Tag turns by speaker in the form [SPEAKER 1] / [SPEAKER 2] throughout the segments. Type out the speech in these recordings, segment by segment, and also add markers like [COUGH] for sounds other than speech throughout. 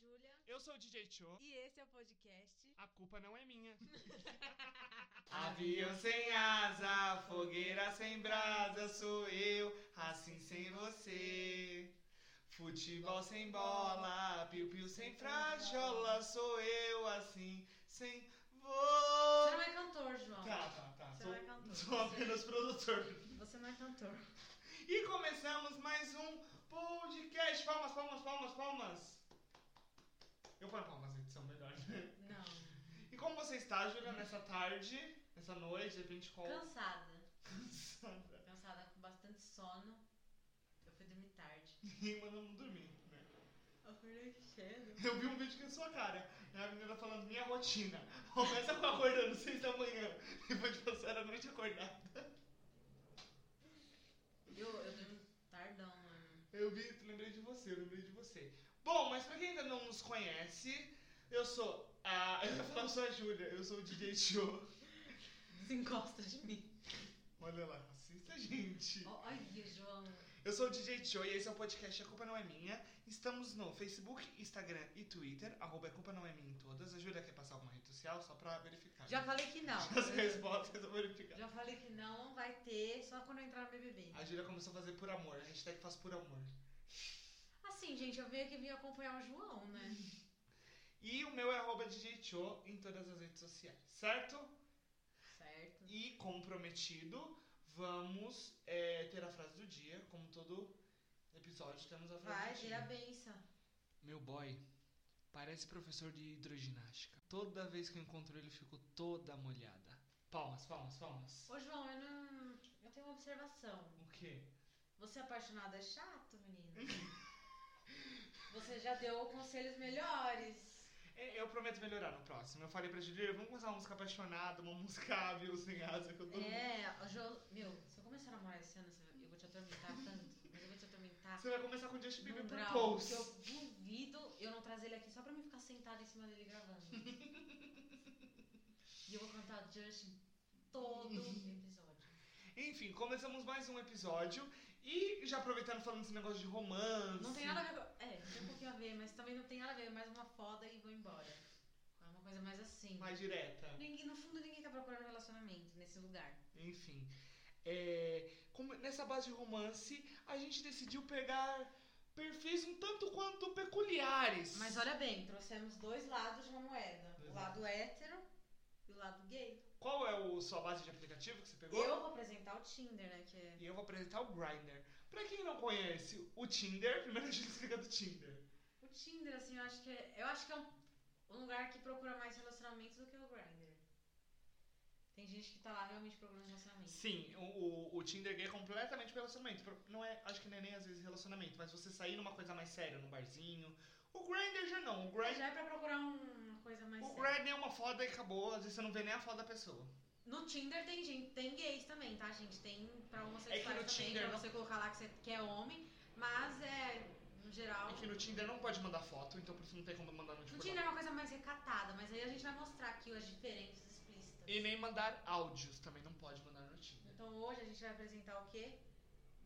[SPEAKER 1] Júlia.
[SPEAKER 2] Eu sou o DJ Cho.
[SPEAKER 1] E esse é o podcast.
[SPEAKER 2] A culpa não é minha.
[SPEAKER 3] [LAUGHS] Avião sem asa, fogueira sem brasa, sou eu, assim sem você. Futebol sem bola, piu-piu sem frajola, sou eu, assim sem
[SPEAKER 1] Você não
[SPEAKER 3] você.
[SPEAKER 1] é cantor, João.
[SPEAKER 3] Tá, tá, tá.
[SPEAKER 1] Você
[SPEAKER 3] Sou,
[SPEAKER 1] não é cantor.
[SPEAKER 3] sou apenas produtor.
[SPEAKER 1] Você não é cantor.
[SPEAKER 3] E começamos mais um podcast. Palmas, palmas, palmas, palmas. Eu ponho palmas, edição melhor.
[SPEAKER 1] Não.
[SPEAKER 3] E como você está, Júlia, nessa tarde, nessa noite, de repente com...
[SPEAKER 1] Cansada.
[SPEAKER 3] Cansada.
[SPEAKER 1] Cansada com bastante sono. Eu fui dormir tarde.
[SPEAKER 3] [LAUGHS] Ninguém manda não dormir, né?
[SPEAKER 1] Acordei cedo.
[SPEAKER 3] Eu vi um vídeo com a sua cara. É a menina falando minha rotina. Começa com acordando seis da manhã. [LAUGHS] Depois de passar a noite acordada.
[SPEAKER 1] Eu, eu dormi tardão, mano.
[SPEAKER 3] Eu vi, lembrei de você, eu lembrei de você. Bom, mas pra quem ainda não nos conhece, eu sou a. [LAUGHS] Eu ia falar só a Júlia, eu sou o DJ Show.
[SPEAKER 1] Se encosta de mim.
[SPEAKER 3] Olha lá, assista, gente.
[SPEAKER 1] Olha, João.
[SPEAKER 3] Eu sou o DJ Tio e esse é o podcast A Culpa Não É Minha. Estamos no Facebook, Instagram e Twitter. Arroba A Culpa Não É Minha em todas. A Júlia quer passar alguma rede social só pra verificar. né?
[SPEAKER 1] Já falei que não.
[SPEAKER 3] [LAUGHS] As respostas eu vou verificar.
[SPEAKER 1] Já falei que não vai ter só quando eu entrar no BBB.
[SPEAKER 3] A Júlia começou a fazer por amor. A hashtag faz por amor.
[SPEAKER 1] Assim, gente, eu veio aqui vim acompanhar o João, né?
[SPEAKER 3] E o meu é arroba DJ Tio em todas as redes sociais, certo?
[SPEAKER 1] Certo.
[SPEAKER 3] E comprometido, vamos é, ter a frase do dia. Como todo episódio, temos a frase
[SPEAKER 1] Vai
[SPEAKER 3] do
[SPEAKER 1] ter a
[SPEAKER 3] dia.
[SPEAKER 1] benção.
[SPEAKER 3] Meu boy parece professor de hidroginástica. Toda vez que eu encontro ele, fico toda molhada. Palmas, palmas, palmas.
[SPEAKER 1] Ô, João, eu não. Eu tenho uma observação.
[SPEAKER 3] O quê?
[SPEAKER 1] Você apaixonado é chato, menino?
[SPEAKER 3] [LAUGHS]
[SPEAKER 1] Você já deu conselhos melhores.
[SPEAKER 3] É, Eu prometo melhorar no próximo. Eu falei pra Julia, vamos começar uma música apaixonada, uma música ávido, sem asa, que eu tô...
[SPEAKER 1] É, o João. Meu, se eu começar a namorar esse ano, você- eu vou te atormentar tanto. Mas eu vou te atormentar.
[SPEAKER 3] Você vai começar com Justin
[SPEAKER 1] num
[SPEAKER 3] Bieber por
[SPEAKER 1] grau
[SPEAKER 3] post.
[SPEAKER 1] que eu duvido eu não trazer ele aqui só pra mim ficar sentada em cima dele
[SPEAKER 3] [LAUGHS]
[SPEAKER 1] gravando. e eu vou cantar Justin
[SPEAKER 3] [LAUGHS]
[SPEAKER 1] todo episódio.
[SPEAKER 3] Enfim, começamos mais um episódio. E já aproveitando, falando desse negócio de romance...
[SPEAKER 1] Não tem nada a ver com. É, tem um pouquinho a ver, mas também não tem nada a ver. é Mais uma foda e vou embora. É uma coisa mais assim.
[SPEAKER 3] Mais direta.
[SPEAKER 1] Ninguém, no fundo, ninguém tá procurando relacionamento nesse lugar.
[SPEAKER 3] Enfim. é, como- nessa base de romance, a gente decidiu pegar perfis um tanto quanto peculiares.
[SPEAKER 1] Mas olha bem, trouxemos dois lados de uma moeda:
[SPEAKER 3] Dois
[SPEAKER 1] o lado hétero e o lado gay.
[SPEAKER 3] Qual é o sua base de aplicativo que você pegou?
[SPEAKER 1] Eu vou apresentar o Tinder, né? Que é.
[SPEAKER 3] E eu vou apresentar o Grindr. Pra quem não conhece o Tinder, [LAUGHS] primeiro a gente explica do Tinder.
[SPEAKER 1] O Tinder, assim, eu acho que é. Eu acho que é um, um lugar que procura mais relacionamentos do que o Grindr. Tem gente que tá lá realmente procurando relacionamento.
[SPEAKER 3] Sim, o, o, o Tinder gay é completamente relacionamento. Pro- Não é, acho que não é nem às vezes relacionamento, mas você sair numa coisa mais séria, num barzinho. O Grindr já não. O
[SPEAKER 1] Mas
[SPEAKER 3] Grindr,
[SPEAKER 1] Já é pra procurar um- uma coisa mais.
[SPEAKER 3] o
[SPEAKER 1] séria.
[SPEAKER 3] Grindr é uma foda e acabou. Às vezes você não vê nem a foto da pessoa.
[SPEAKER 1] No Tinder tem gente, tem gays também, tá, gente? Tem pra homossexuais
[SPEAKER 3] É que no
[SPEAKER 1] também,
[SPEAKER 3] Tinder
[SPEAKER 1] pra
[SPEAKER 3] não-
[SPEAKER 1] você colocar lá que você quer homem, mas é, no geral.
[SPEAKER 3] É que no Tinder não pode mandar foto, então por isso não tem como mandar no
[SPEAKER 1] No
[SPEAKER 3] tipo
[SPEAKER 1] Tinder é uma coisa mais recatada, mas aí a gente vai mostrar aqui as diferenças explícitas.
[SPEAKER 3] E nem mandar áudios também não pode mandar no Tinder.
[SPEAKER 1] Então hoje a gente vai apresentar o quê?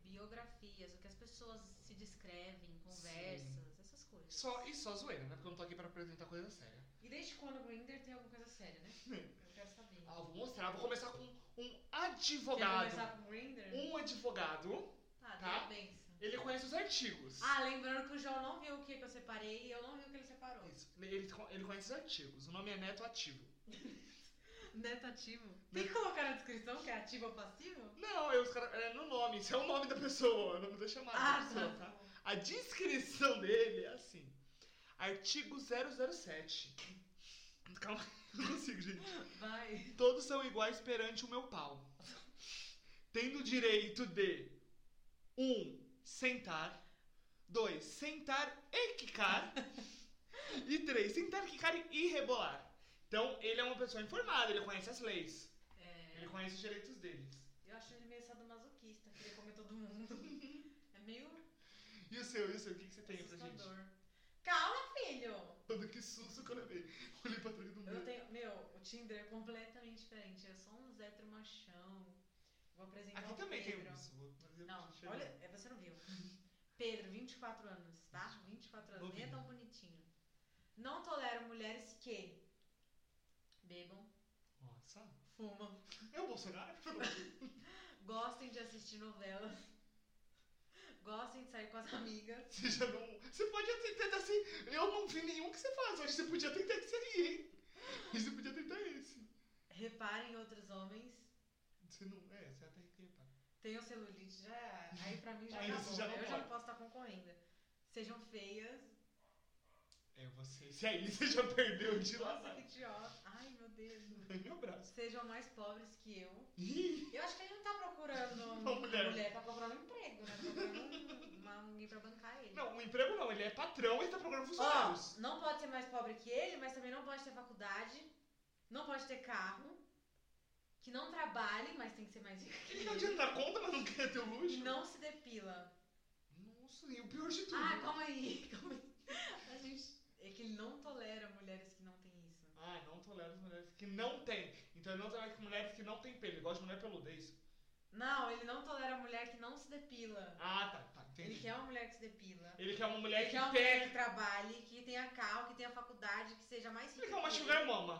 [SPEAKER 1] Biografias, o que as pessoas se descrevem, conversas, essas coisas.
[SPEAKER 3] Só, e só zoeira, né? Porque eu não tô aqui pra apresentar coisa séria.
[SPEAKER 1] E desde quando o Grindr tem alguma coisa séria, né? Eu quero saber.
[SPEAKER 3] Ah, vou mostrar, vou começar com um
[SPEAKER 1] Quer
[SPEAKER 3] advogado.
[SPEAKER 1] começar com o Grindr?
[SPEAKER 3] Um advogado,
[SPEAKER 1] Tá,
[SPEAKER 3] Tá.
[SPEAKER 1] tá. Benção.
[SPEAKER 3] ele conhece os artigos.
[SPEAKER 1] Ah, lembrando que o João não viu o que que eu separei e eu não vi o que ele separou.
[SPEAKER 3] Isso. Ele, ele conhece os artigos. O nome é Neto Ativo.
[SPEAKER 1] Neto ativo. Tem que colocar na descrição que é ativo ou passivo?
[SPEAKER 3] Não, eu, os cara, é no nome, isso é o nome da pessoa, o nome da chamada
[SPEAKER 1] Ah,
[SPEAKER 3] da pessoa,
[SPEAKER 1] tá.
[SPEAKER 3] tá? A descrição dele é assim. Artigo 007. Calma, [LAUGHS] não consigo, gente.
[SPEAKER 1] Vai.
[SPEAKER 3] Todos são iguais perante o meu pau. Tendo direito de 1. Um, sentar 2. Sentar e quicar e 3. Sentar, quicar e rebolar. Então, ele é uma pessoa informada, ele conhece as leis.
[SPEAKER 1] É,
[SPEAKER 3] Ele conhece os direitos deles.
[SPEAKER 1] eu acho ele meio sadomasoquista, queria comer todo [LAUGHS] mundo. É meio
[SPEAKER 3] E o seu, e o seu, o que, que você tem pra gente?
[SPEAKER 1] assustador. Calma, filho!
[SPEAKER 3] Mano, que susto que eu levei. Olhei pra trás do
[SPEAKER 1] Eu
[SPEAKER 3] mundo.
[SPEAKER 1] tenho. Meu, o Tinder é completamente diferente. Eu sou um Zé machão. Vou apresentar
[SPEAKER 3] Aqui
[SPEAKER 1] o
[SPEAKER 3] também
[SPEAKER 1] Pedro.
[SPEAKER 3] tem um susto. mas eu
[SPEAKER 1] Não,
[SPEAKER 3] chego.
[SPEAKER 1] olha, é, você não viu. Pedro, 24 anos, tá? 24 anos, nem é tão bonitinho. Não tolero mulheres que bebam,
[SPEAKER 3] Nossa.
[SPEAKER 1] fumam,
[SPEAKER 3] É o Bolsonaro?
[SPEAKER 1] gostem de assistir novela, [LAUGHS] gostem de sair com as amigas.
[SPEAKER 3] Você já não. Você podia tentar assim. Eu não vi nenhum que você faz. Acho que você podia tentar esse aí, hein? Você podia tentar esse.
[SPEAKER 1] Reparem em outros homens.
[SPEAKER 3] Você não. É, você até que repara.
[SPEAKER 1] Tenham celulite, já. é, Aí pra mim já
[SPEAKER 3] Aí
[SPEAKER 1] acabou.
[SPEAKER 3] isso já não
[SPEAKER 1] eu já
[SPEAKER 3] pode.
[SPEAKER 1] não posso estar concorrendo. Sejam feias.
[SPEAKER 3] É, você. Se aí [LAUGHS] você já perdeu de
[SPEAKER 1] Nossa,
[SPEAKER 3] lá.
[SPEAKER 1] que idiota. Ai, meu Deus.
[SPEAKER 3] É meu braço.
[SPEAKER 1] Sejam mais pobres que eu.
[SPEAKER 3] Ih,
[SPEAKER 1] Eu acho que ele não tá procurando
[SPEAKER 3] [LAUGHS] Uma mulher.
[SPEAKER 1] tá procurando um emprego, né? Procurando uma- alguém pra bancar ele.
[SPEAKER 3] Não, um emprego não. Ele é patrão e tá procurando
[SPEAKER 1] Ó,
[SPEAKER 3] funcionários.
[SPEAKER 1] não pode ser mais pobre que ele, mas também não pode ter faculdade, não pode ter carro, que não trabalhe, mas tem que ser mais rico.
[SPEAKER 3] Ele é um tem o dinheiro na conta, mas não [LAUGHS] quer ter o
[SPEAKER 1] que
[SPEAKER 3] luxo.
[SPEAKER 1] Não se depila.
[SPEAKER 3] Nossa, e o pior de tudo.
[SPEAKER 1] Ah, calma aí, [LAUGHS] calma aí. A gente. É que ele não tolera mulheres que não têm isso.
[SPEAKER 3] Ah, não tolera as mulheres que não tem. Então ele não tolera as mulheres que não tem pelo. Ele gosta de mulher peluda, é isso?
[SPEAKER 1] Não, ele não tolera mulher que não se depila.
[SPEAKER 3] Ah, tá, tá, entendi.
[SPEAKER 1] Ele quer uma mulher que se depila.
[SPEAKER 3] Ele quer uma mulher
[SPEAKER 1] Ele
[SPEAKER 3] É que
[SPEAKER 1] quer uma
[SPEAKER 3] tem.
[SPEAKER 1] mulher que trabalhe, que tenha carro, que tenha faculdade, que seja mais rica.
[SPEAKER 3] Ele quer uma
[SPEAKER 1] que ele.
[SPEAKER 3] sugar mama.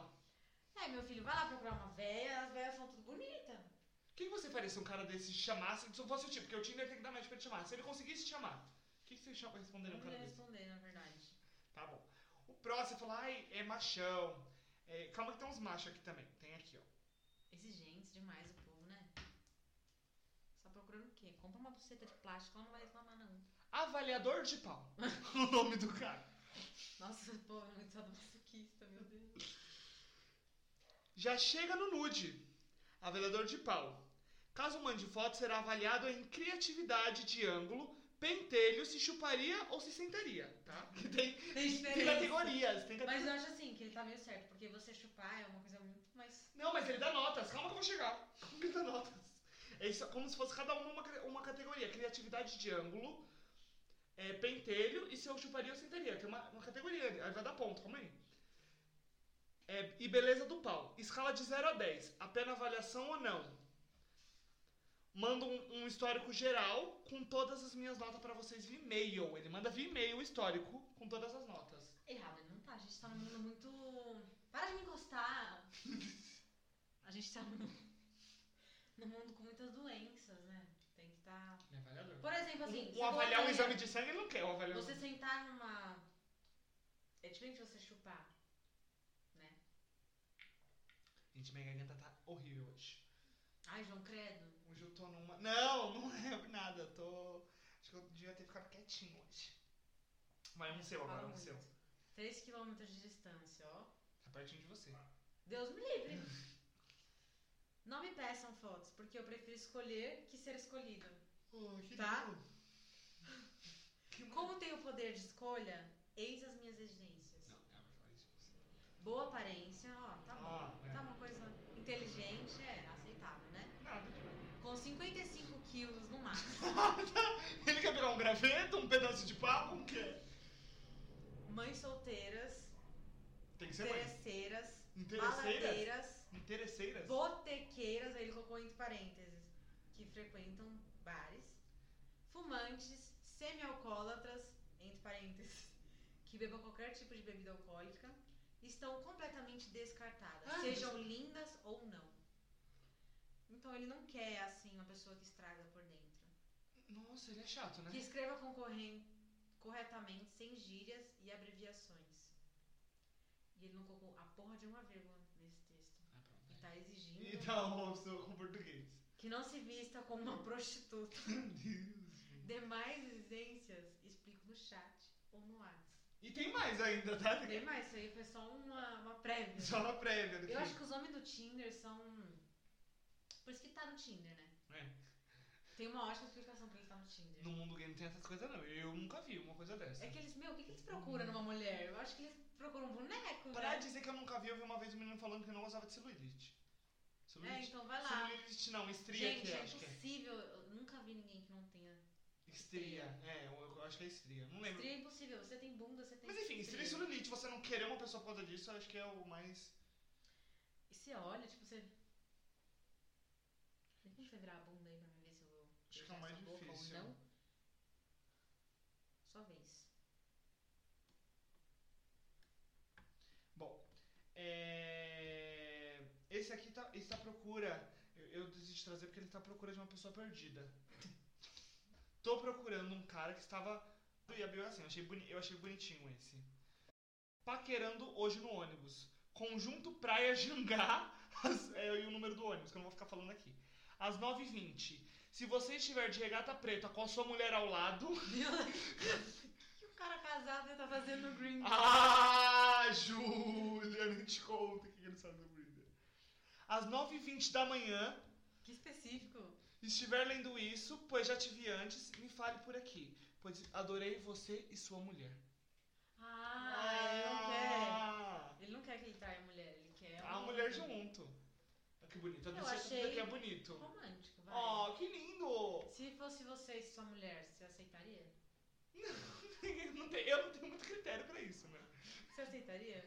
[SPEAKER 1] É, meu filho, vai lá procurar uma véia, as véias são tudo bonitas.
[SPEAKER 3] O que que você faria se um cara desse te chamasse? Se eu fosse o tipo, porque o Tinder tem que dar mais pra te chamar. Se ele conseguisse te chamar, o que, que você chama pra responder
[SPEAKER 1] Não
[SPEAKER 3] um cara
[SPEAKER 1] queria
[SPEAKER 3] desse?
[SPEAKER 1] responder, na verdade.
[SPEAKER 3] Tá bom. O próximo, você fala, ai, é machão. É, calma que tem uns machos aqui também. Tem aqui, ó.
[SPEAKER 1] Exigentes demais o povo, né? Só procurando o quê? Compra uma buceta de plástico, ela não vai reclamar, não.
[SPEAKER 3] Avaliador de pau. [LAUGHS] o nome do cara.
[SPEAKER 1] Nossa, o povo é muito sadomasoquista, meu Deus.
[SPEAKER 3] Já chega no nude. Avaliador de pau. Caso mande foto, será avaliado em criatividade de ângulo, pentelho, se chuparia ou se sentaria, tá? [LAUGHS] Que tem,
[SPEAKER 1] Tem
[SPEAKER 3] tem categorias, tem categorias.
[SPEAKER 1] Mas eu acho assim, que ele tá meio certo, porque você chupar é uma coisa muito mais.
[SPEAKER 3] Não, mas ele dá notas. Calma que eu vou chegar. [LAUGHS] Como que ele dá notas? É isso, como se fosse cada uma uma, cri- uma categoria. Criatividade de ângulo, é, pentelho e se eu chuparia ou sentaria. Tem uma, uma categoria, aí vai dar ponto, calma aí. É, e beleza do pau. Escala de 0 a 10. Apenas avaliação ou não? Manda um, um histórico geral com todas as minhas notas pra vocês via e-mail. Ele manda via e-mail o histórico com todas as notas.
[SPEAKER 1] Errado, ele não tá. A gente tá num mundo muito. Para de me encostar! A gente tá num, num mundo com muitas doenças, né? Tem que estar.
[SPEAKER 3] Ele é avaliador.
[SPEAKER 1] Por exemplo, assim.
[SPEAKER 3] Um,
[SPEAKER 1] você
[SPEAKER 3] um avaliar um
[SPEAKER 1] colocaria-
[SPEAKER 3] exame de sangue ele não quer. Um avaliar um
[SPEAKER 1] Você sentar numa. É diferente você chupar.
[SPEAKER 3] Gente, minha garganta tá horrível hoje.
[SPEAKER 1] Ai, João Credo.
[SPEAKER 3] Hoje eu tô numa. Não, não [LAUGHS] é nada. Eu tô. Acho que eu devia ter ficado quietinho hoje. Vai um seu agora,
[SPEAKER 1] Fala
[SPEAKER 3] um seu.
[SPEAKER 1] muito. 3 km de distância, ó.
[SPEAKER 3] Tá pertinho de você.
[SPEAKER 1] Deus me
[SPEAKER 3] [LAUGHS]
[SPEAKER 1] livre. Não me peçam fotos, porque eu prefiro escolher que ser escolhido.
[SPEAKER 3] que
[SPEAKER 1] Tá?
[SPEAKER 3] lindo. Que Como?
[SPEAKER 1] Como tenho poder de escolha, eis as minhas exigências.
[SPEAKER 3] Não, não, mas olha isso.
[SPEAKER 1] Boa aparência, ó, tá bom.
[SPEAKER 3] Ah, é.
[SPEAKER 1] Tá uma coisa inteligente, é aceitável, né?
[SPEAKER 3] Nada demais.
[SPEAKER 1] Com 55 quilos no máximo.
[SPEAKER 3] [LAUGHS] Ele quer pegar um graveto, um pedaço de pau, um quê?
[SPEAKER 1] Mães solteiras,
[SPEAKER 3] Tem que ser é mais.
[SPEAKER 1] interesseiras,
[SPEAKER 3] Interesseiras?
[SPEAKER 1] baladeiras,
[SPEAKER 3] Interesseiras?
[SPEAKER 1] botequeiras, aí ele colocou entre parênteses, que frequentam bares, fumantes, semi-alcoólatras, entre parênteses, [LAUGHS] que bebam qualquer tipo de bebida alcoólica, estão completamente descartadas,
[SPEAKER 3] Ah,
[SPEAKER 1] sejam lindas ou não. Então ele não quer, assim, uma pessoa que estraga por dentro.
[SPEAKER 3] Nossa, ele é chato, né?
[SPEAKER 1] Que escreva concorren- corretamente, sem gírias e abreviações. E ele não colocou a porra de uma vírgula nesse texto.
[SPEAKER 3] Ah, pronto.
[SPEAKER 1] E tá exigindo.
[SPEAKER 3] Então, sou com português.
[SPEAKER 1] Que não se vista como uma [LAUGHS] prostituta.
[SPEAKER 3] Meu Deus.
[SPEAKER 1] Demais exigências, explico no chat ou no WhatsApp.
[SPEAKER 3] E tem mais ainda, tá?
[SPEAKER 1] Tem mais, isso aí foi só uma, uma prévia.
[SPEAKER 3] Só na prévia. do
[SPEAKER 1] Eu
[SPEAKER 3] que-
[SPEAKER 1] acho que os homens do Tinder são. Por isso que tá no Tinder, né?
[SPEAKER 3] É.
[SPEAKER 1] Tem uma ótima explicação pra ele tá no Tinder.
[SPEAKER 3] No mundo gay não tem essas coisas, não. Eu nunca vi uma coisa dessa.
[SPEAKER 1] É que eles, meu, o que, que eles procuram numa mulher? Eu acho que eles procuram um boneco,
[SPEAKER 3] Pra
[SPEAKER 1] né?
[SPEAKER 3] dizer que eu nunca vi, eu vi uma vez um menino falando que não gostava de celulite.
[SPEAKER 1] É,
[SPEAKER 3] Celulite?
[SPEAKER 1] então vai lá.
[SPEAKER 3] Celulite não, estria
[SPEAKER 1] Gente,
[SPEAKER 3] que é,
[SPEAKER 1] é
[SPEAKER 3] acho que é.
[SPEAKER 1] impossível. Eu nunca vi ninguém que não tenha.
[SPEAKER 3] Estria. É, eu, eu acho que é estria. Não lembro.
[SPEAKER 1] Estria é impossível. Você tem bunda, você tem.
[SPEAKER 3] Mas enfim, estria e celulite, você não querer uma pessoa por causa disso, eu acho que é o mais.
[SPEAKER 1] E você olha, tipo, você. Tem como você virar a bunda aí pra mim ver se eu vou.
[SPEAKER 3] Acho que é
[SPEAKER 1] beijar
[SPEAKER 3] o mais
[SPEAKER 1] sua boca ou
[SPEAKER 3] difícil.
[SPEAKER 1] não? Sua vez.
[SPEAKER 3] É, Esse aqui tá, está à procura. Eu, eu decidi trazer porque ele está à procura de uma pessoa perdida. [LAUGHS] Tô procurando um cara que estava. E abriu assim, eu achei, boni- eu achei bonitinho esse. Paquerando hoje no ônibus. Conjunto Praia Jangá. [LAUGHS] as- é, e o número do ônibus, que eu não vou ficar falando aqui. Às 9h20. Se você estiver de regata preta com a sua mulher ao lado.
[SPEAKER 1] Meu Deus. O que o cara casado tá fazendo no [LAUGHS] Green Day?
[SPEAKER 3] Ah, Júlia, nem te conto o que ele sabe do Breeder. Às 9h20 da manhã,
[SPEAKER 1] Que específico.
[SPEAKER 3] estiver lendo isso, pois já te vi antes, me fale por aqui. Pois adorei você e sua mulher.
[SPEAKER 1] Ah, ele não quer. Ele não quer que ele traia a mulher, ele quer.
[SPEAKER 3] A
[SPEAKER 1] um-
[SPEAKER 3] mulher junto. Olha Que bonito.
[SPEAKER 1] Eu
[SPEAKER 3] Isso
[SPEAKER 1] achei-
[SPEAKER 3] aqui é bonito.
[SPEAKER 1] Romântico, vai.
[SPEAKER 3] Oh, que lindo! [LAUGHS]
[SPEAKER 1] Se fosse você e sua mulher, você aceitaria?
[SPEAKER 3] Não tem- eu não tenho muito critério pra isso, né?
[SPEAKER 1] Você aceitaria?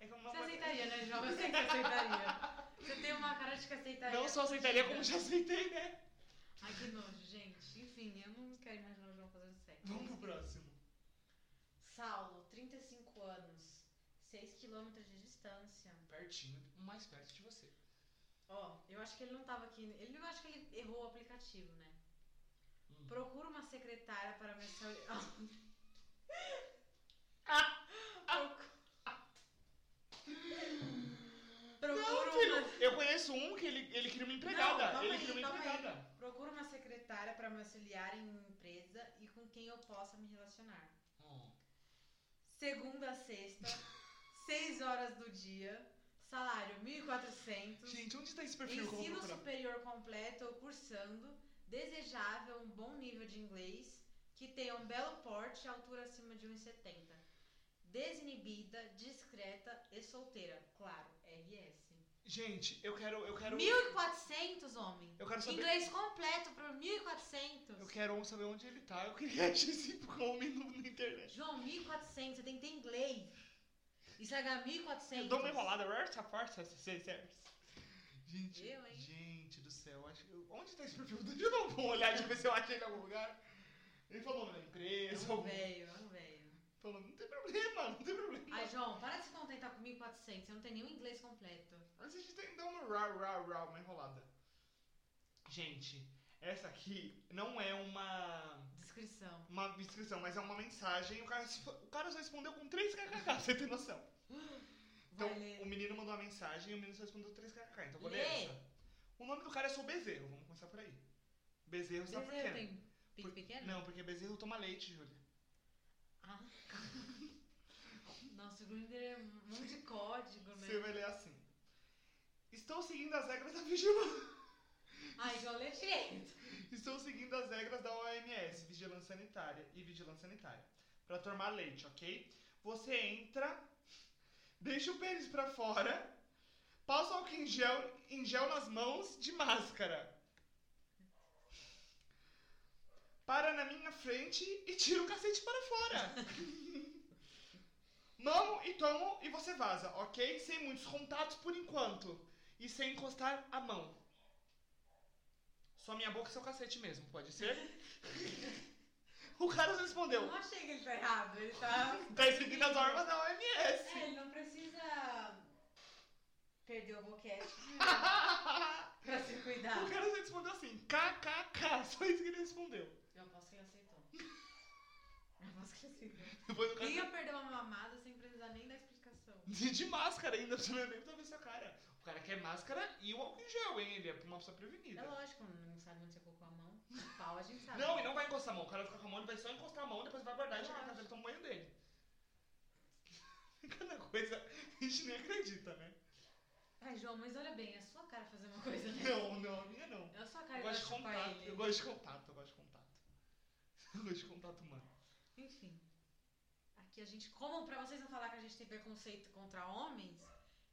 [SPEAKER 3] É como uma
[SPEAKER 1] Você
[SPEAKER 3] coisa-
[SPEAKER 1] aceitaria, né, João? Eu sei que aceitaria. Você tem uma cara de que aceitaria.
[SPEAKER 3] Não só aceitaria, como já aceitei, né?
[SPEAKER 1] Ai, que nojo, gente. Enfim, eu não quero imaginar o João fazendo sexo.
[SPEAKER 3] Vamos pro próximo.
[SPEAKER 1] Saulo, 35 anos, 6 quilômetros de distância.
[SPEAKER 3] Pertinho, mais perto de você.
[SPEAKER 1] Ó, eu acho que ele não tava aqui. Ele eu acho que ele errou o aplicativo, né?
[SPEAKER 3] Hum.
[SPEAKER 1] Procura uma secretária para me auxiliar. Procura
[SPEAKER 3] Não,
[SPEAKER 1] uma,
[SPEAKER 3] filho, eu conheço um que ele, ele queria uma empregada.
[SPEAKER 1] Não, calma
[SPEAKER 3] ele
[SPEAKER 1] aí,
[SPEAKER 3] queria uma
[SPEAKER 1] calma aí.
[SPEAKER 3] empregada.
[SPEAKER 1] procura uma secretária para me auxiliar em minha empresa e com quem eu possa me relacionar. Hum.
[SPEAKER 3] Ó,
[SPEAKER 1] Segunda a sexta, 6 horas do dia, salário 1.400,
[SPEAKER 3] Gente, onde tá esse perfil que eu vou
[SPEAKER 1] ensino
[SPEAKER 3] procurar?
[SPEAKER 1] superior completo ou cursando, desejável um bom nível de inglês, que tenha um belo porte e altura acima de 1,70. Desinibida, discreta e solteira. Claro, RS.
[SPEAKER 3] Gente, eu quero. Eu quero.
[SPEAKER 1] 1.400, homem.
[SPEAKER 3] Eu quero saber.
[SPEAKER 1] Inglês completo por 1.400.
[SPEAKER 3] Eu quero saber onde ele tá. Eu queria [LAUGHS] achar esse homem no- na internet.
[SPEAKER 1] João, 1.400, você tem que ter inglês. Isso é H, 1.400.
[SPEAKER 3] Eu dou uma enrolada. Essa parte, essa- essa- essa- Gente,
[SPEAKER 1] Eu, hein?
[SPEAKER 3] gente do céu, acho que eu- onde tá esse perfil? [LAUGHS] Eu não vou olhar de ver se eu achei ele em algum lugar. Ele falou o nome da empresa.
[SPEAKER 1] É um
[SPEAKER 3] algum-
[SPEAKER 1] velho, é um velho.
[SPEAKER 3] Falou, não tem problema, não tem problema.
[SPEAKER 1] Ai, João, para de se contentar com 1.400, você não tem nenhum inglês completo.
[SPEAKER 3] Mas a gente tem que dar uma ra, ra, ra, uma enrolada. Gente, essa aqui não é uma,
[SPEAKER 1] Descrição.
[SPEAKER 3] uma inscrição, mas é uma mensagem. O cara, se fa- o cara só respondeu com 3 kkk, [LAUGHS] você tem noção. Então,
[SPEAKER 1] Vai ler.
[SPEAKER 3] o menino mandou uma mensagem e o menino só respondeu 3 kkk. Então, eu vou
[SPEAKER 1] Lê.
[SPEAKER 3] ler essa. O nome do cara é só Bezerro, vamos começar por aí. Bezerro sabe por
[SPEAKER 1] Bezerro
[SPEAKER 3] quê?
[SPEAKER 1] é, tem pique
[SPEAKER 3] Por-
[SPEAKER 1] pequeno?
[SPEAKER 3] Não, porque Bezerro toma leite, Júlia.
[SPEAKER 1] Ah. Nossa, o Grinder é um monte de código, né?
[SPEAKER 3] Você vai ler assim. Estou seguindo as regras da vigilância. [LAUGHS]
[SPEAKER 1] Ai, João, lê direito.
[SPEAKER 3] Estou seguindo as regras da OMS, Vigilância Sanitária e Vigilância Sanitária, para tomar leite, ok? Você entra, deixa o pênis para fora, passa álcool em gel, em gel nas mãos de máscara. Para na minha frente e tira o cacete para fora. Mamo e tomo e você vaza, ok? Sem muitos contatos por enquanto. E sem encostar a mão. Só minha boca e seu cacete mesmo, pode ser? o cara
[SPEAKER 1] Eu
[SPEAKER 3] respondeu.
[SPEAKER 1] não achei que ele tá errado, ele tá...
[SPEAKER 3] Então. [LAUGHS] Tá seguindo as normas da [LAUGHS] OMS.
[SPEAKER 1] É, ele não precisa perder o boquete pra se cuidar.
[SPEAKER 3] o cara respondeu assim, kkk, só isso que ele respondeu. [LAUGHS]
[SPEAKER 1] Eu aposto que ele aceitou. Eu aposto que ele aceitou.
[SPEAKER 3] Depois o cara
[SPEAKER 1] Quem ia perder uma mamada sem precisar nem da explicação?
[SPEAKER 3] De, de máscara ainda, pra você não ver pra ver sua cara. O cara quer máscara e o álcool em gel, hein? Ele é uma pessoa
[SPEAKER 1] É
[SPEAKER 3] prevenida.
[SPEAKER 1] lógico, não sabe onde você colocou
[SPEAKER 3] [LAUGHS]
[SPEAKER 1] a mão. O pau a gente sabe.
[SPEAKER 3] Não, e não vai encostar a mão. O cara fica com a mão, ele vai só encostar a mão, depois vai guardar e chegar na casa dele toma um banho dele. [LAUGHS] Cada coisa a gente nem acredita, né?
[SPEAKER 1] Ai, João, mas olha bem, é a sua cara fazer uma coisa dessa.
[SPEAKER 3] Não, não, a minha não.
[SPEAKER 1] É a sua
[SPEAKER 3] Eu
[SPEAKER 1] cara que vai
[SPEAKER 3] gosto de
[SPEAKER 1] chupar
[SPEAKER 3] contato,
[SPEAKER 1] ele.
[SPEAKER 3] eu gosto de né? contato, eu gosto de contato. [LAUGHS] Eu gosto de contato humano.
[SPEAKER 1] Enfim. Aqui a gente. Como pra vocês não falar que a gente tem preconceito contra homens,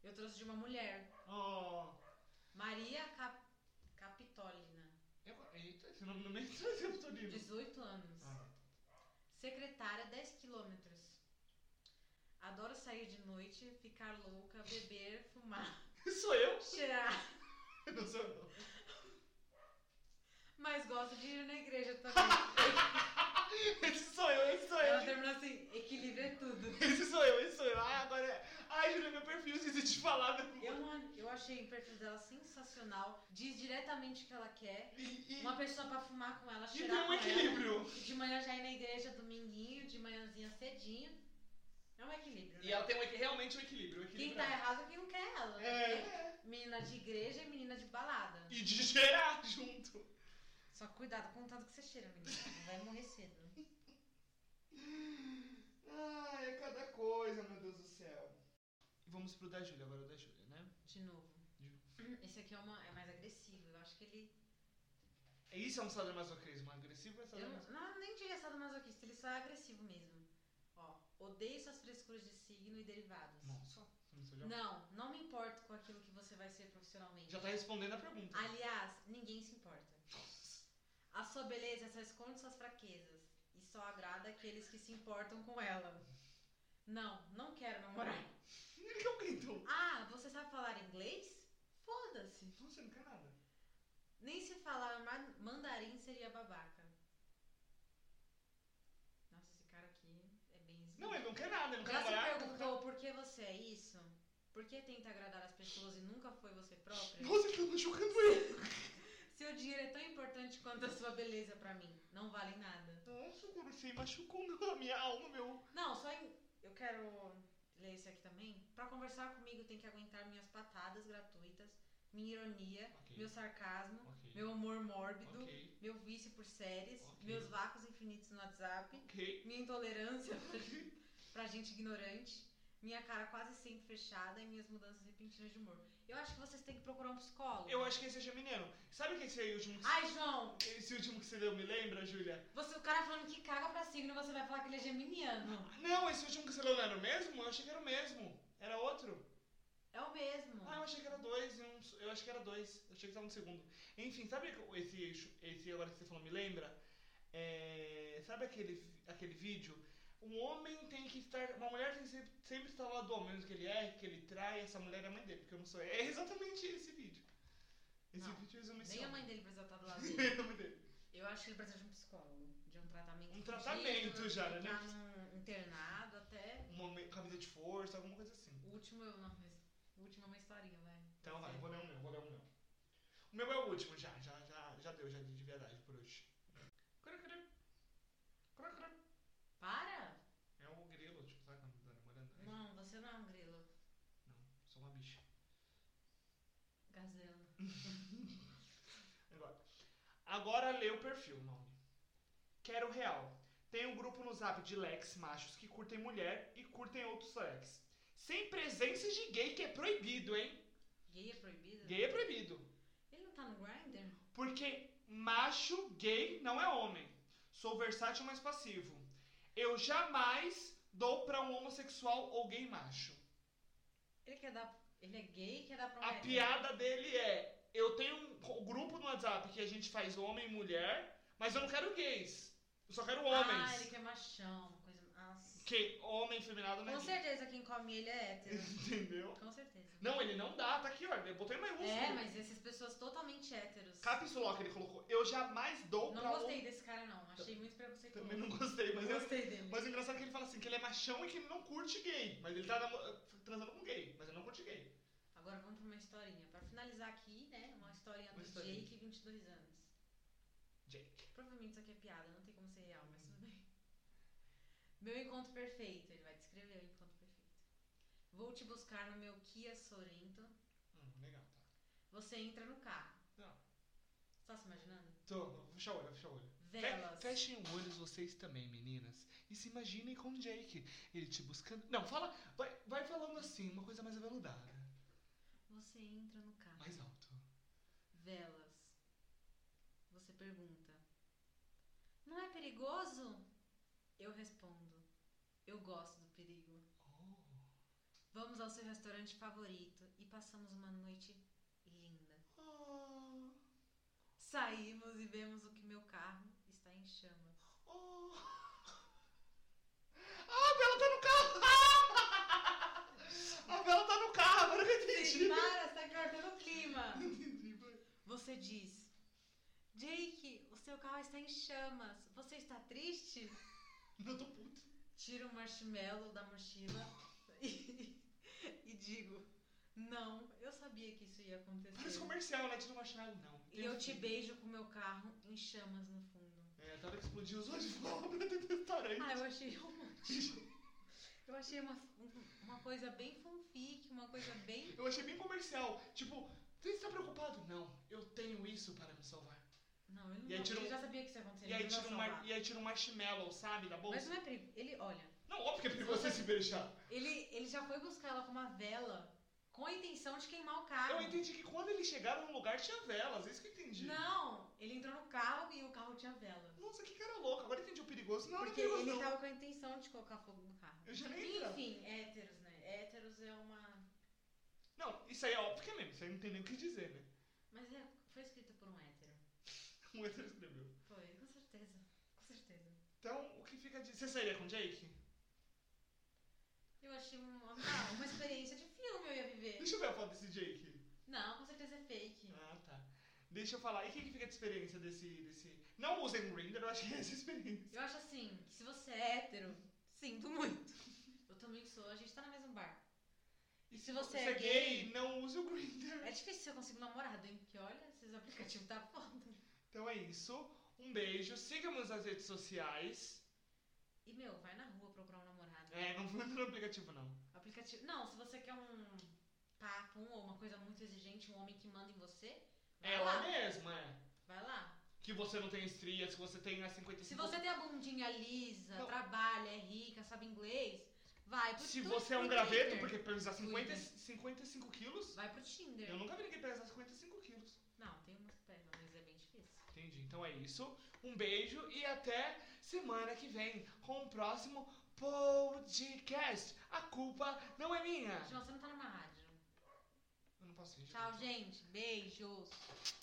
[SPEAKER 1] eu trouxe de uma mulher.
[SPEAKER 3] Oh,
[SPEAKER 1] Maria Cap... Capitolina.
[SPEAKER 3] eu, eita, esse nome não me [LAUGHS] trazer o Tonino.
[SPEAKER 1] 18 anos.
[SPEAKER 3] Ah,
[SPEAKER 1] Secretária, 10 quilômetros. Adoro sair de noite, ficar louca, beber, fumar, [LAUGHS]
[SPEAKER 3] sou eu? [LAUGHS]
[SPEAKER 1] cheirar.
[SPEAKER 3] Não sou eu.
[SPEAKER 1] Mas gosto de ir na igreja também.
[SPEAKER 3] Esse sou eu, esse sou eu.
[SPEAKER 1] Ela terminou assim, equilíbrio é tudo.
[SPEAKER 3] Esse sou eu, esse sou eu. Ah, agora é. Ah,
[SPEAKER 1] achei o perfil dela sensacional. Diz diretamente o que ela quer.
[SPEAKER 3] E, e,
[SPEAKER 1] Uma pessoa pra fumar com ela,
[SPEAKER 3] e tem
[SPEAKER 1] cheirar
[SPEAKER 3] um
[SPEAKER 1] com ela.
[SPEAKER 3] equilíbrio.
[SPEAKER 1] De manhã já ir na igreja, dominguinho, de manhãzinha cedinho. É um equilíbrio, né?
[SPEAKER 3] E ela tem um equi- realmente um equilíbrio. Um
[SPEAKER 1] Quem
[SPEAKER 3] equilíbrio
[SPEAKER 1] tá errado é quem não quer ela. né?
[SPEAKER 3] é.
[SPEAKER 1] Menina de igreja e menina de balada.
[SPEAKER 3] E de gerar junto.
[SPEAKER 1] Só cuidado com o tanto que você cheira, menina. Vai morrer cedo. né?
[SPEAKER 3] Ai, é cada coisa, meu Deus do céu. Vamos pro da Júlia, agora o da Júlia, né?
[SPEAKER 1] De novo. Esse aqui é, uma, é mais agressivo. Eu acho que ele.
[SPEAKER 3] Isso é um sadomasoquismo agressivo ou é
[SPEAKER 1] Eu não,
[SPEAKER 3] sadomasoquismo?
[SPEAKER 1] não, nem diria sadomasoquista, ele só é agressivo mesmo. Ó, odeio suas frescuras de signo e derivados.
[SPEAKER 3] Nossa, você não sou já...
[SPEAKER 1] Não, não me importo com aquilo que você vai ser profissionalmente.
[SPEAKER 3] já tá respondendo a pergunta.
[SPEAKER 1] Aliás, ninguém se importa. A sua beleza só esconde suas fraquezas e só agrada aqueles que se importam com ela. Não, não quero namorar.
[SPEAKER 3] Ele que é o Clinton.
[SPEAKER 1] Ah, você sabe falar inglês? Foda-se.
[SPEAKER 3] Não, você não quer nada.
[SPEAKER 1] Nem se falar ma- mandarim seria babaca. Nossa, esse cara aqui é bem
[SPEAKER 3] Não, ele né? não quer nada, ele não
[SPEAKER 1] Já
[SPEAKER 3] quer
[SPEAKER 1] se
[SPEAKER 3] namorar.
[SPEAKER 1] perguntou por que você é isso? Por que tenta agradar as pessoas e nunca foi você própria?
[SPEAKER 3] Nossa, ele tá machucando eu.
[SPEAKER 1] Seu dinheiro é tão importante quanto a sua beleza pra mim. Não vale nada.
[SPEAKER 3] Nossa, agora você machucou meu- a minha alma, meu.
[SPEAKER 1] Não, só em... eu quero ler isso aqui também. Pra conversar comigo tem que aguentar minhas patadas gratuitas, minha ironia,
[SPEAKER 3] Ok.
[SPEAKER 1] meu sarcasmo,
[SPEAKER 3] Ok.
[SPEAKER 1] meu amor mórbido,
[SPEAKER 3] Ok.
[SPEAKER 1] meu vício por séries,
[SPEAKER 3] Ok.
[SPEAKER 1] meus vácuos infinitos no WhatsApp,
[SPEAKER 3] Ok.
[SPEAKER 1] minha intolerância [LAUGHS] pra gente, pra gente ignorante, minha cara quase sempre fechada e minhas mudanças repentinas de humor. Eu acho que vocês têm que procurar um psicólogo.
[SPEAKER 3] Eu acho que esse é geminiano. Sabe que esse aí, último que
[SPEAKER 1] Ai, João,
[SPEAKER 3] Esse último que você deu me lembra, Júlia?
[SPEAKER 1] você, o cara falando que caga pra signo, você vai falar que ele é geminiano.
[SPEAKER 3] Não, esse último que você leu não era o mesmo? Eu achei que era o mesmo. Era outro?
[SPEAKER 1] É o mesmo.
[SPEAKER 3] Ah, eu achei que era dois. e um s- Eu achei que era dois. Eu achei que tava no segundo. Enfim, sabe que esse, chu- esse agora que você falou me lembra? É, sabe aquele, vi- aquele vídeo? Um homem tem que estar. Uma mulher tem que sempre, sempre estar ao lado do homem, do que ele é, que ele trai, essa mulher é a mãe dele, porque eu não sou. É exatamente esse vídeo. Esse
[SPEAKER 1] Não,
[SPEAKER 3] vídeo resume esse
[SPEAKER 1] Nem a
[SPEAKER 3] [LAUGHS] homem.
[SPEAKER 1] mãe dele precisa estar do lado dele.
[SPEAKER 3] Nem a mãe dele.
[SPEAKER 1] Eu acho que ele precisa de um psicólogo, de um tratamento.
[SPEAKER 3] Um tratamento
[SPEAKER 1] contínuo,
[SPEAKER 3] já, né?
[SPEAKER 1] Tá num internado até.
[SPEAKER 3] Uma me- camisa de força, alguma coisa assim.
[SPEAKER 1] O último, eu não, mas o último é uma historinha, vai.
[SPEAKER 3] Então vai, eu vou ler um meu, vou ler um meu. O meu é o último, já, já, já, já deu, já de de verdade por hoje. Cru, cru. Cru, cru.
[SPEAKER 1] Para!
[SPEAKER 3] É o grilo, tipo, sabe quando tá namorando? Aí, Não,
[SPEAKER 1] Não, você não é um grilo.
[SPEAKER 3] sou uma bicha.
[SPEAKER 1] Gazela.
[SPEAKER 3] Agora, agora lê o perfil, Mauni. Quero real. Tem um grupo no zap de lex machos que curtem mulher e curtem outros lex. Sem presença de gay, que é proibido, hein?
[SPEAKER 1] Gay é proibido?
[SPEAKER 3] Gay é proibido.
[SPEAKER 1] Ele não tá no grinder?
[SPEAKER 3] Porque macho gay não é homem. Sou versátil, mas passivo. Eu jamais dou pra um homossexual ou gay macho.
[SPEAKER 1] Ele quer dar. Ele é gay e quer dar pra
[SPEAKER 3] A
[SPEAKER 1] mulher.
[SPEAKER 3] piada dele é: eu tenho um co- grupo no WhatsApp que a gente faz homem e mulher, mas eu não quero gays. Eu só quero é homens.
[SPEAKER 1] Ah, ele quer machão, coisa. Nossa.
[SPEAKER 3] Que homem feminado não é
[SPEAKER 1] Com
[SPEAKER 3] gay.
[SPEAKER 1] certeza quem come ele é hétero.
[SPEAKER 3] [LAUGHS] Entendeu?
[SPEAKER 1] Com certeza.
[SPEAKER 3] Não, ele não dá, tá aqui, ó. Eu botei mais um.
[SPEAKER 1] É, mas essas pessoas totalmente héteros.
[SPEAKER 3] Caps Lock ele colocou. Eu jamais dou pra
[SPEAKER 1] Não
[SPEAKER 3] homem.
[SPEAKER 1] gostei desse cara, não. Achei muito preconceituoso.
[SPEAKER 3] [LAUGHS] Também não gostei, mas eu
[SPEAKER 1] gostei dele.
[SPEAKER 3] Mas o engraçado é que ele fala assim, que ele é machão e que ele não curte gay. Mas ele tá namo- transando com gay, mas ele não curte gay.
[SPEAKER 1] Agora vamos pra uma historinha. Pra finalizar aqui, né? Uma historinha
[SPEAKER 3] Uma
[SPEAKER 1] do
[SPEAKER 3] historinha.
[SPEAKER 1] Jake, 22 anos.
[SPEAKER 3] Jake.
[SPEAKER 1] Provavelmente isso aqui é piada, não tem como ser real, mas tudo bem. Meu encontro perfeito. Ele vai descrever o encontro perfeito. Vou te buscar no meu Kia Sorento.
[SPEAKER 3] Hum, legal, tá.
[SPEAKER 1] Você entra no carro.
[SPEAKER 3] Não.
[SPEAKER 1] Você tá se imaginando?
[SPEAKER 3] Tô, fecha o olho, fecha o olho. Fe-
[SPEAKER 1] Velas.
[SPEAKER 3] Fechem os olhos vocês também, meninas. E se imaginem com o Jake. Ele te buscando. Não, fala. Vai, vai falando assim, uma coisa mais aveludada.
[SPEAKER 1] Você entra no carro.
[SPEAKER 3] Mais alto.
[SPEAKER 1] Velas. Você pergunta: Não é perigoso? Eu respondo: Eu gosto do perigo.
[SPEAKER 3] Oh.
[SPEAKER 1] Vamos ao seu restaurante favorito e passamos uma noite linda.
[SPEAKER 3] Oh.
[SPEAKER 1] Saímos e vemos o que meu carro está em chamas.
[SPEAKER 3] Oh. Ah, a Bela tá no carro! [LAUGHS] A Bela tá no carro, agora que eu entendi.
[SPEAKER 1] [LAUGHS] Para, você tá cortando o clima.
[SPEAKER 3] [LAUGHS] Entendi, vai.
[SPEAKER 1] Você diz: Jake, o seu carro está em chamas. Você está triste?
[SPEAKER 3] Eu tô puto.
[SPEAKER 1] [LAUGHS] Tiro um marshmallow da mochila e, e digo: Não, eu sabia que isso ia acontecer.
[SPEAKER 3] Parece comercial, né? Tira uma chinela, não.
[SPEAKER 1] E é eu te beijo com meu carro em chamas no fundo.
[SPEAKER 3] É, tava que explodiu os olhos de fogo dentro do restaurante.
[SPEAKER 1] Ah, eu achei romântico. Eu achei uma, um, uma coisa bem fanfic, uma coisa bem.
[SPEAKER 3] Eu achei bem comercial. Tipo, você está preocupado? Não, eu tenho isso para me salvar.
[SPEAKER 1] Não, eu não
[SPEAKER 3] E aí tira um-
[SPEAKER 1] eu já sabia que isso ia acontecer.
[SPEAKER 3] E aí,
[SPEAKER 1] não ia
[SPEAKER 3] tira um
[SPEAKER 1] salvar.
[SPEAKER 3] mar... e aí tira um marshmallow, sabe, da bolsa.
[SPEAKER 1] Mas não é perigo. Ele, olha,
[SPEAKER 3] Não, óbvio que é perigoso você se beijar.
[SPEAKER 1] ele, ele já foi buscar ela com uma vela com a intenção de queimar o carro.
[SPEAKER 3] Eu entendi que quando eles chegaram no lugar tinha velas, é isso que eu entendi.
[SPEAKER 1] Não, ele entrou no carro e o carro tinha vela.
[SPEAKER 3] Nossa, que cara louco. Agora eu entendi o perigoso. Não,
[SPEAKER 1] Porque
[SPEAKER 3] não é perigoso,
[SPEAKER 1] ele tá
[SPEAKER 3] não.
[SPEAKER 1] tava com a intenção de colocar fogo no carro.
[SPEAKER 3] Eu já nem entrava.
[SPEAKER 1] Enfim, héteros, né? Héteros é uma.
[SPEAKER 3] Não, isso aí é óbvio que é mesmo. Isso aí não tem nem o que dizer, né? [LAUGHS]
[SPEAKER 1] Mas é, foi escrito por um hétero.
[SPEAKER 3] Um hétero escreveu.
[SPEAKER 1] Foi, com certeza. Com certeza.
[SPEAKER 3] Então, o que fica de... Você sairia com o Jake?
[SPEAKER 1] Eu achei uma, uma, uma experiência de filme eu ia viver.
[SPEAKER 3] Deixa eu ver a foto desse Jake.
[SPEAKER 1] Não, com certeza é fake.
[SPEAKER 3] Ah, tá. Deixa eu falar. E o que, que fica de experiência desse... desse... Não usem Grindr, eu acho que é essa experiência.
[SPEAKER 1] Eu acho assim, que se você é hétero, sinto muito. [LAUGHS] Eu também sou, a gente tá no mesmo bar. E se você é gay,
[SPEAKER 3] não use o Grindr. [LAUGHS]
[SPEAKER 1] É difícil se eu consigo namorado, hein? Porque olha, esses aplicativos tá foda.
[SPEAKER 3] Então é isso. Um beijo. Siga-nos nas redes sociais.
[SPEAKER 1] E meu, vai na rua procurar um namorado.
[SPEAKER 3] É, não manda no aplicativo, não.
[SPEAKER 1] Aplicativo. Não, se você quer um papo um, ou uma coisa muito exigente, um homem que manda em você, vai
[SPEAKER 3] É
[SPEAKER 1] lá.
[SPEAKER 3] lá mesmo, é.
[SPEAKER 1] Vai lá.
[SPEAKER 3] Que você não tem estrias, que você tem né, a 55...
[SPEAKER 1] Se você tem a bundinha lisa,
[SPEAKER 3] Não.
[SPEAKER 1] trabalha, é rica, sabe inglês, vai pro
[SPEAKER 3] Se
[SPEAKER 1] Twitter.
[SPEAKER 3] você é um graveto, porque pesar 50,
[SPEAKER 1] Twitter.
[SPEAKER 3] 55 quilos...
[SPEAKER 1] Vai pro Tinder.
[SPEAKER 3] Eu nunca vi ninguém pesar 55 quilos.
[SPEAKER 1] Não, tem umas pernas, mas é bem difícil.
[SPEAKER 3] Entendi. Então é isso. Um beijo e até semana que vem com o próximo podcast. A culpa não é minha.
[SPEAKER 1] João, você não tá numa rádio.
[SPEAKER 3] Eu não posso fingir.
[SPEAKER 1] Tchau, gente. Beijos.